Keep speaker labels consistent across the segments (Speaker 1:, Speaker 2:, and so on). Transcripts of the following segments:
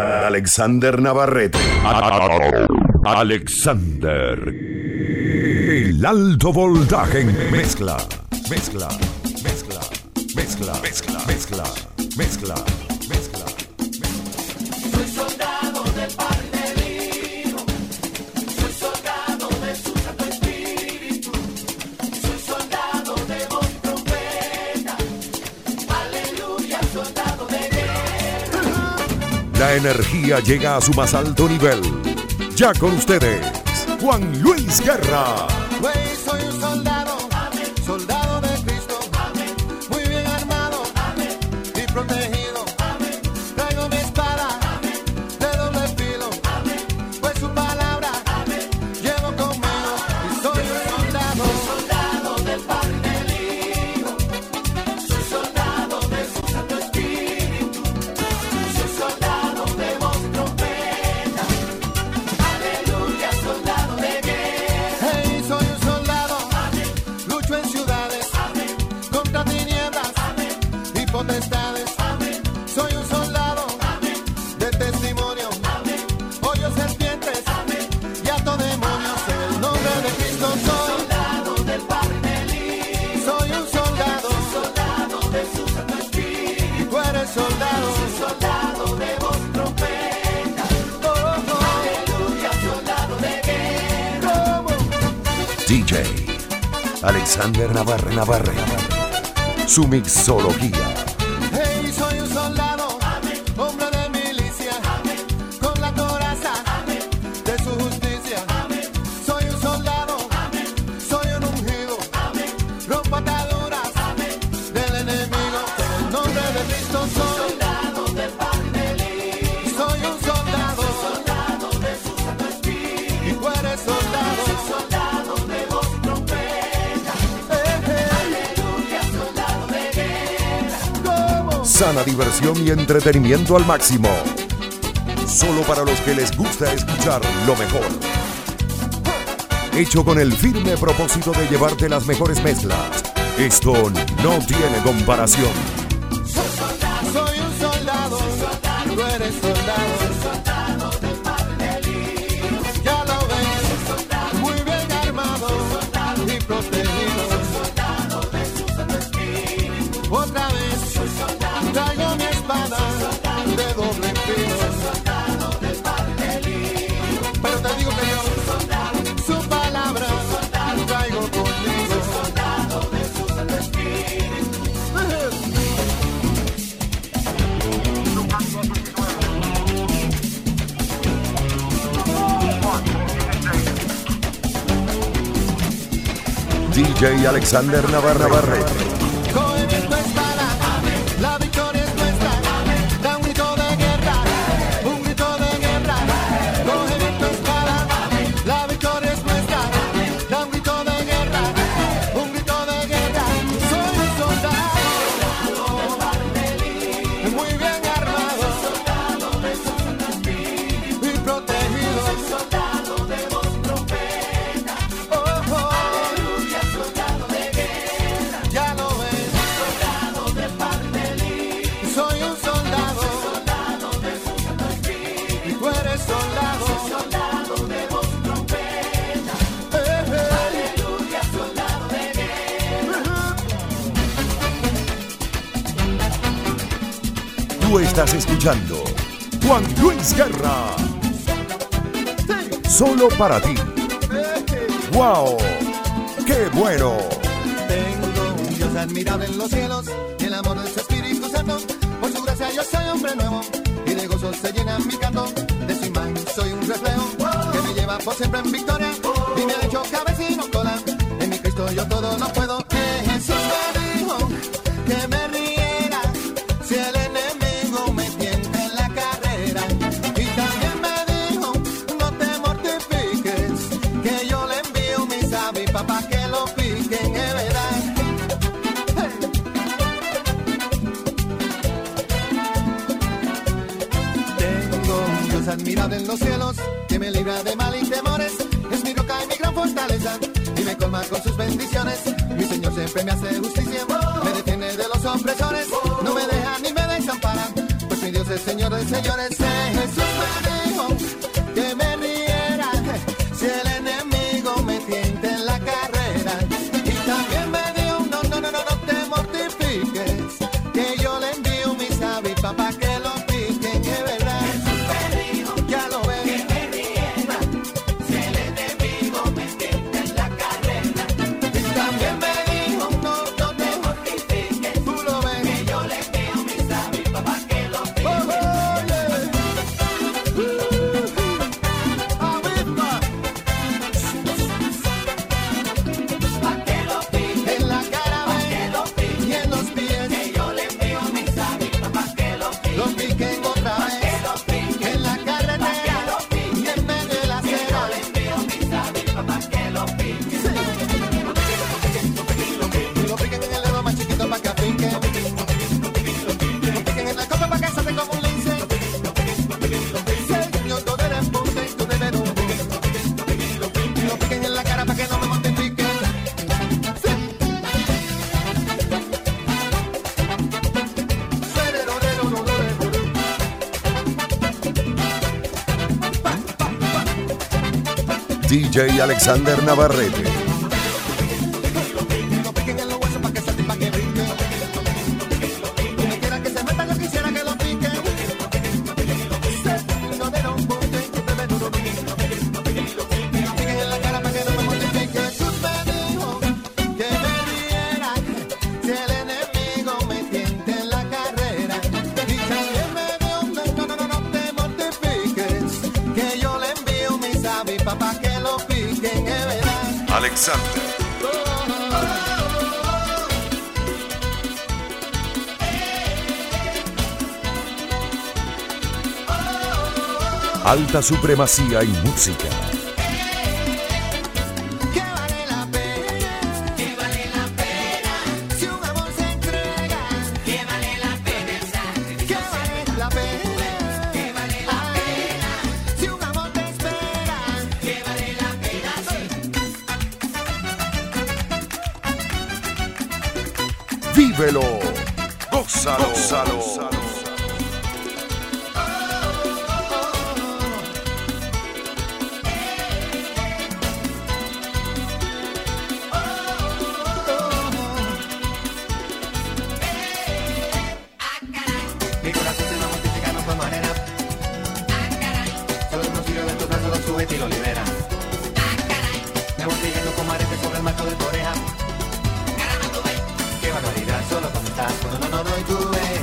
Speaker 1: Alexander Navarrete. Alexander. El alto voltaje en mezcla. Mezcla. Mezcla. Mezcla. Mezcla. Mezcla. Mezcla. Mezcla.
Speaker 2: Soy soldado de parte vivo, soy soldado de su santo espíritu, soy soldado de voz profeta, aleluya, soldado de guerra.
Speaker 1: La energía llega a su más alto nivel. Ya con ustedes, Juan Luis Guerra.
Speaker 3: Güey, soy un soldado, soldado de Cristo, muy bien armado y protegido. Traigo mi espada de doble filo, pues su palabra llevo conmigo. Y soy un soldado,
Speaker 2: Soldado de parte vivo, soy soldado de su santo espíritu, soy soldado de voz profeta, aleluya, soldado de guerra.
Speaker 3: hey, soy un soldado, lucho en ciudades contra tinieblas y potestades. Soy un soldado de testimonio, hoyos serpientes y ato demonios. En el nombre de Cristo soy.
Speaker 2: Soldado de parte libre,
Speaker 3: Soy un soldado
Speaker 2: soldado de su santo espíritu,
Speaker 3: y tú eres soldado.
Speaker 2: soldado de voz trompeta,
Speaker 3: Oh, oh,
Speaker 2: aleluya, soldado de guerra.
Speaker 3: ¿cómo?
Speaker 1: DJ Alexander Navarre Navarre. Su mixología.
Speaker 3: Hey, soy un soldado, hombre de milicia, con la coraza de su justicia. Soy un soldado, soy un ungido, rompo ataduras del enemigo. En el nombre de Cristo soy. Soy un soldado, y tú eres soldado. Eh, eh, ¿cómo?
Speaker 1: Sana diversión y entretenimiento al máximo. Solo para los que les gusta escuchar lo mejor. Hecho con el firme propósito de llevarte las mejores mezclas. Esto no tiene comparación.
Speaker 3: Soy un soldado, tú eres soldado. Ya lo ves, muy bien armado y protegido. Otra vez, traigo mi espada de doble filo. Pero te digo que yo, su palabra, traigo conmigo.
Speaker 1: DJ Alexander Navarre Navarre.
Speaker 3: Coge bien tu espada, la victoria es nuestra. Da un grito de guerra, un grito de guerra. Coge bien tu espada, la victoria es nuestra. Da un grito de guerra, un grito de guerra. Soy un soldado, muy bien armado. Y protegido. Oh, oh. Ya lo ves, soldado de parte libre. Soy un soldado, soldado de su santo espíritu. Y tú eres soldado, soldado de voz trompeta. Aleluya, soldado de guerra.
Speaker 1: Tú estás escuchando Juan Luis Guerra. Solo para ti. ¡Wow! ¡Qué bueno!
Speaker 3: Tengo un Dios admirable en los cielos y el amor de su Espíritu Santo. Por su gracia yo soy hombre nuevo y de gozo se llena mi canto. De su imagen soy un reflejo que me lleva por siempre en victoria y me ha hecho cabecino cola. En mi Cristo yo todo lo puedo. Que Jesús me dijo que me riera si el enemigo me tienta en la carrera. Y también me dijo no te mortifiques que yo le envío mis avis para que lo piquen, es verdad. Tengo un Dios admirable en los cielos que me libra de mal y temores. Es mi roca y mi gran fortaleza y me colma con sus bendiciones. Mi Señor siempre me hace justicia, me detiene de los opresores, no me deja ni me desampara. Pues es mi Dios, el Señor de señores, eh, Jesús me dijo que me riera eh, si el enemigo me tienta en la carrera. Y también me dijo, no, no, no, no, no te mortifiques, que yo le envío mis avispas para que lo piquen, es verdad. ya lo ves. Y también me dijo, no, no te mortifiques, tú lo ves. Oh, Que yo le envío mis avispas para que lo Uh,
Speaker 2: Pa' que lo pique,
Speaker 3: en la cara
Speaker 2: pa' que lo pique,
Speaker 3: y en los
Speaker 2: que
Speaker 3: pies,
Speaker 2: yo le envío mis avispas pa' que lo pique,
Speaker 3: los piquen otra
Speaker 2: que
Speaker 3: vez.
Speaker 2: lo pique,
Speaker 3: En la carretera y en medio de la
Speaker 2: que yo
Speaker 3: acera.
Speaker 2: le envío mis avispas pa' que lo pique,
Speaker 3: Y lo piquen en el dedo más chiquito para que afinque. Y lo piquen en la copa para que salte como un lince. Señor, tú eres punta y tú eres un bus. Y lo piquen en la cara para que no me mortifique. Sí.
Speaker 1: DJ Alexander Navarrete.
Speaker 3: Que lo piquen en los huesos para que salte y para que brinque. Donde quiera que se meta, yo quisiera que lo piquen. Sí. No dieron punto y tú te ves duro. Que lo piquen en la cara para que no me mortifique. Jesús me dijo que me riera si el enemigo me tiente en la carrera. Y también me dio un no, no, no, no te mortifiques. Que yo le envío mis avispas para que lo piquen, es verdad.
Speaker 1: Alexander. Alta supremacía y música.
Speaker 3: Que vale la pena, que vale la pena, si un amor se entrega, que vale la pena, que vale la pena, que vale la pena, si un amor te espera, que vale la pena,
Speaker 1: Vívelo. Gózalo. Gózalo.
Speaker 3: mi corazón se va a multiplicar no fue manera, Ah, solo el auxilio de tus brazos lo sube y lo libera, Ah, me voy leyendo como arete sobre el marco de tu oreja, qué barbaridad, solo cuando estás, no, no, no, no, y tú ves.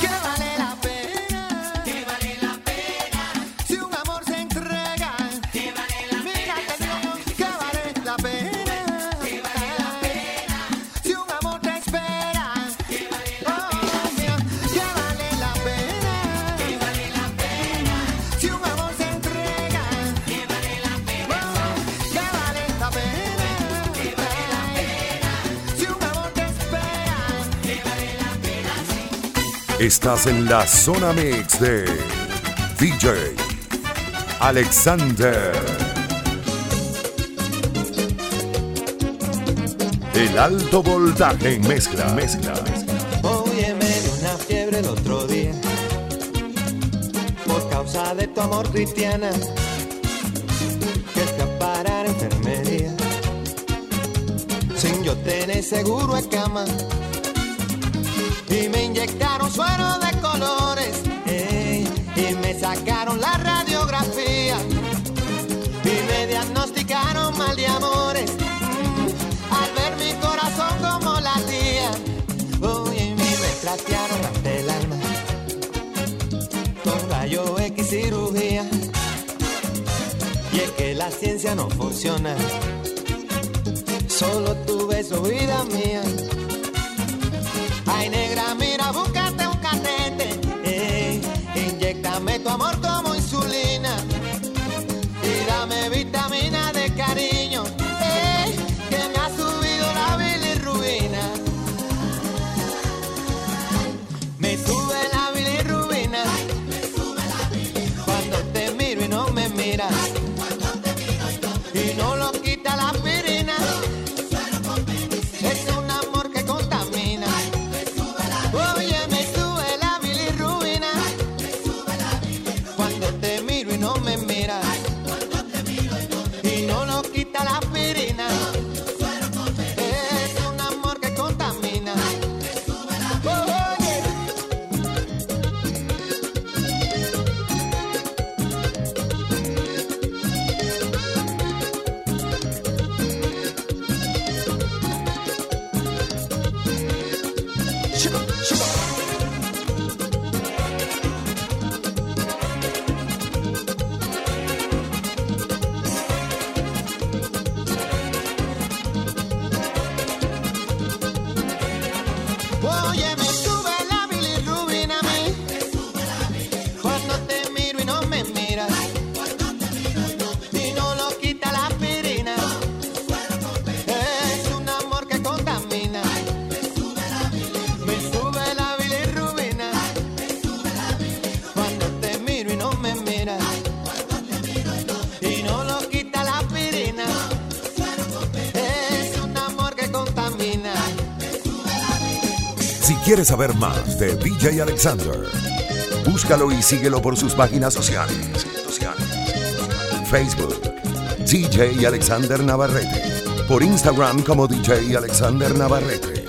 Speaker 3: Que vale la pena, que vale la pena, si un amor se entrega, que vale la pena, que vale la pena, que vale la pena, si un amor te espera, que vale la pena, Oh, que vale la pena, que vale la pena, si un amor se entrega, que vale la pena, Oh, que vale la pena, que vale la pena, si un amor te espera.
Speaker 1: Estás en la zona mix de DJ Alexander. El alto voltaje en mezcla, mezcla.
Speaker 3: Oye, me dio una fiebre el otro día Por causa de tu amor, Cristiana Que fui a parar a enfermería Sin yo tener seguro en cama Y me inyectaron suero de colores ey, Y me sacaron la radiografía Y me diagnosticaron mal de amores mm, Al ver mi corazón como latía Oye, y me platearon hasta el alma Con rayo X cirugía Y es que la ciencia no funciona Solo tu beso, vida mía Ay, negra, mira, búscate un catete ey, Inyectame tu amor como insulina y dame vitamina de cariño,
Speaker 4: eh,
Speaker 3: ey, que me ha subido la bilirrubina. Me sube la bilirrubina,
Speaker 4: me miras. Y no lo quita la pirina. Es un amor que contamina. Oye, me sube la bilirrubina. Cuando te miro y no me miras. Y no lo quita la pirina. Es un amor que contamina. Oye. Oye, me sube la bilirrubina a mí. Cuando te miro y no me miras. Y no lo quita la aspirina. Es un amor que contamina. Me sube la bilirrubina. Cuando te miro y no me miras. Y no lo quita la aspirina. Es un amor que contamina.
Speaker 1: Si quieres saber más de DJ Alexander, búscalo y síguelo por sus páginas sociales. sociales. Facebook, DJ Alexander Navarrete. Por Instagram como DJ Alexander Navarrete.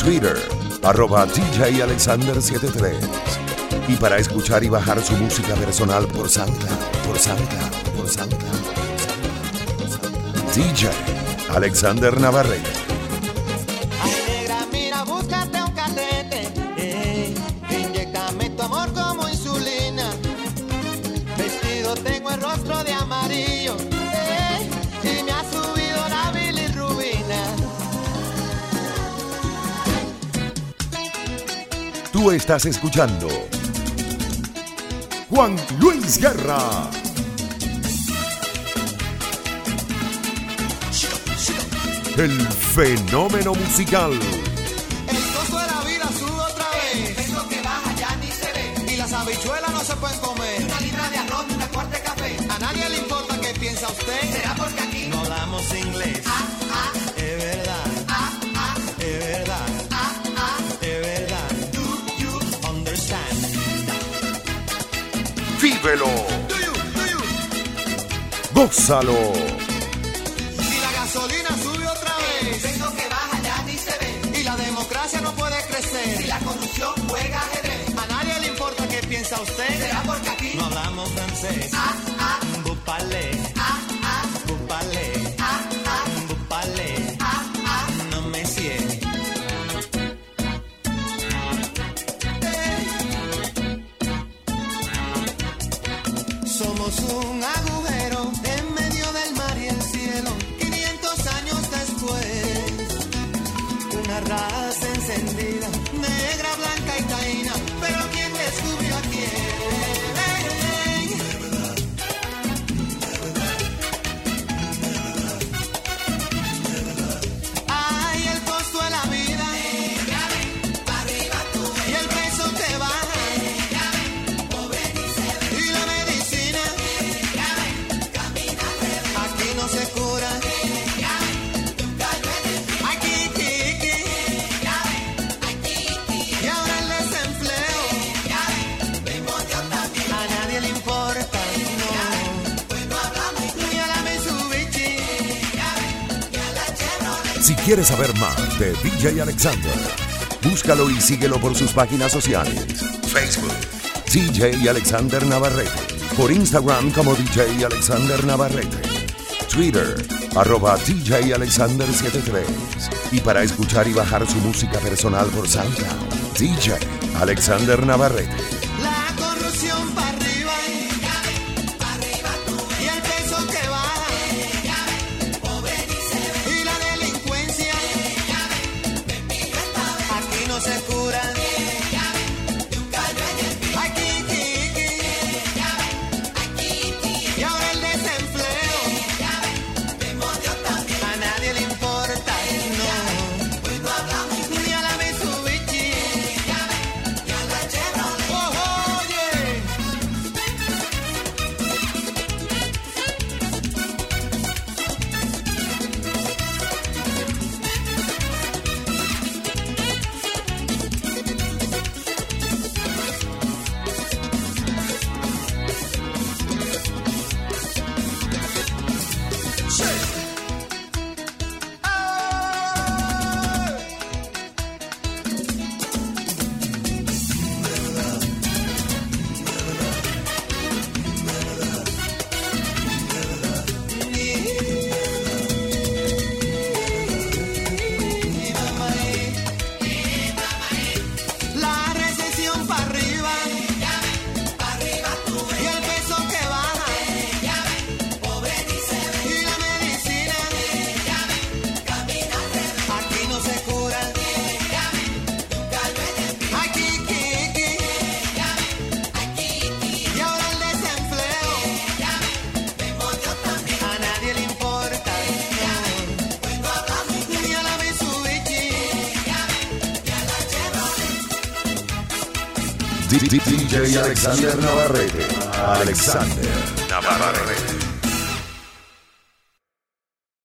Speaker 1: Twitter, arroba DJ Alexander73. Y para escuchar y bajar su música personal por Santa, por Santa, por Santa, por Santa. DJ Alexander Navarrete.
Speaker 4: Ay, negra, mira, búscate un catete. Eh, inyectame tu amor como insulina. Vestido tengo el rostro de amarillo. Eh, y me ha subido la bilirrubina.
Speaker 1: Tú estás escuchando Juan Luis Guerra. El fenómeno musical.
Speaker 4: El costo de la vida sube otra vez. Es lo que baja ya ni se ve. Y las habichuelas no se pueden comer. Una libra de arroz, una cuarta de café. A nadie le importa qué piensa usted. Será porque aquí no damos inglés. Ah, ah. Es verdad. Ah, ah. Es verdad. Ah, ah. Es verdad. Do you understand?
Speaker 1: Vívelo,
Speaker 4: Do you, do you.
Speaker 1: gózalo.
Speaker 4: Si la gasolina sube otra vez. Es lo que baja ya ni se ve. Y la democracia no puede crecer. Si la corrupción juega ajedrez. A nadie le importa qué piensa usted. Será porque aquí no hablamos francés. Ah, ah. Bupale. Ah, ah. Bupale. Ah, ah. Bupale. Ah, ah. No me cierre. Somos un agujero en medio del mar y el cielo, 500 años después. Una raza encendida, negra, blanca y taína, pero ¿quién descubrió a quién? Ay, el costo de la vida, y el precio te baja. Y la medicina, aquí no se cura. Aquí, aquí, y ahora el desempleo. A nadie le importa, no. Ni a la Mitsubishi,
Speaker 1: Si quieres saber más de DJ Alexander, búscalo y síguelo por sus páginas sociales. Facebook, DJ Alexander Navarrete. Por Instagram como DJ Alexander Navarrete. Twitter, arroba DJ Alexander73. Y para escuchar y bajar su música personal por SoundCloud, DJ Alexander Navarrete.
Speaker 4: la corrupción para arriba. Y el peso que baja. Y la delincuencia, aquí no se cura. Aquí, aquí, y ahora el desempleo, a nadie le importa, no. Ni a la Mitsubishi, ni a la Chevrolet.
Speaker 1: DJ Alexander Navarrete. Alexander Navarrete.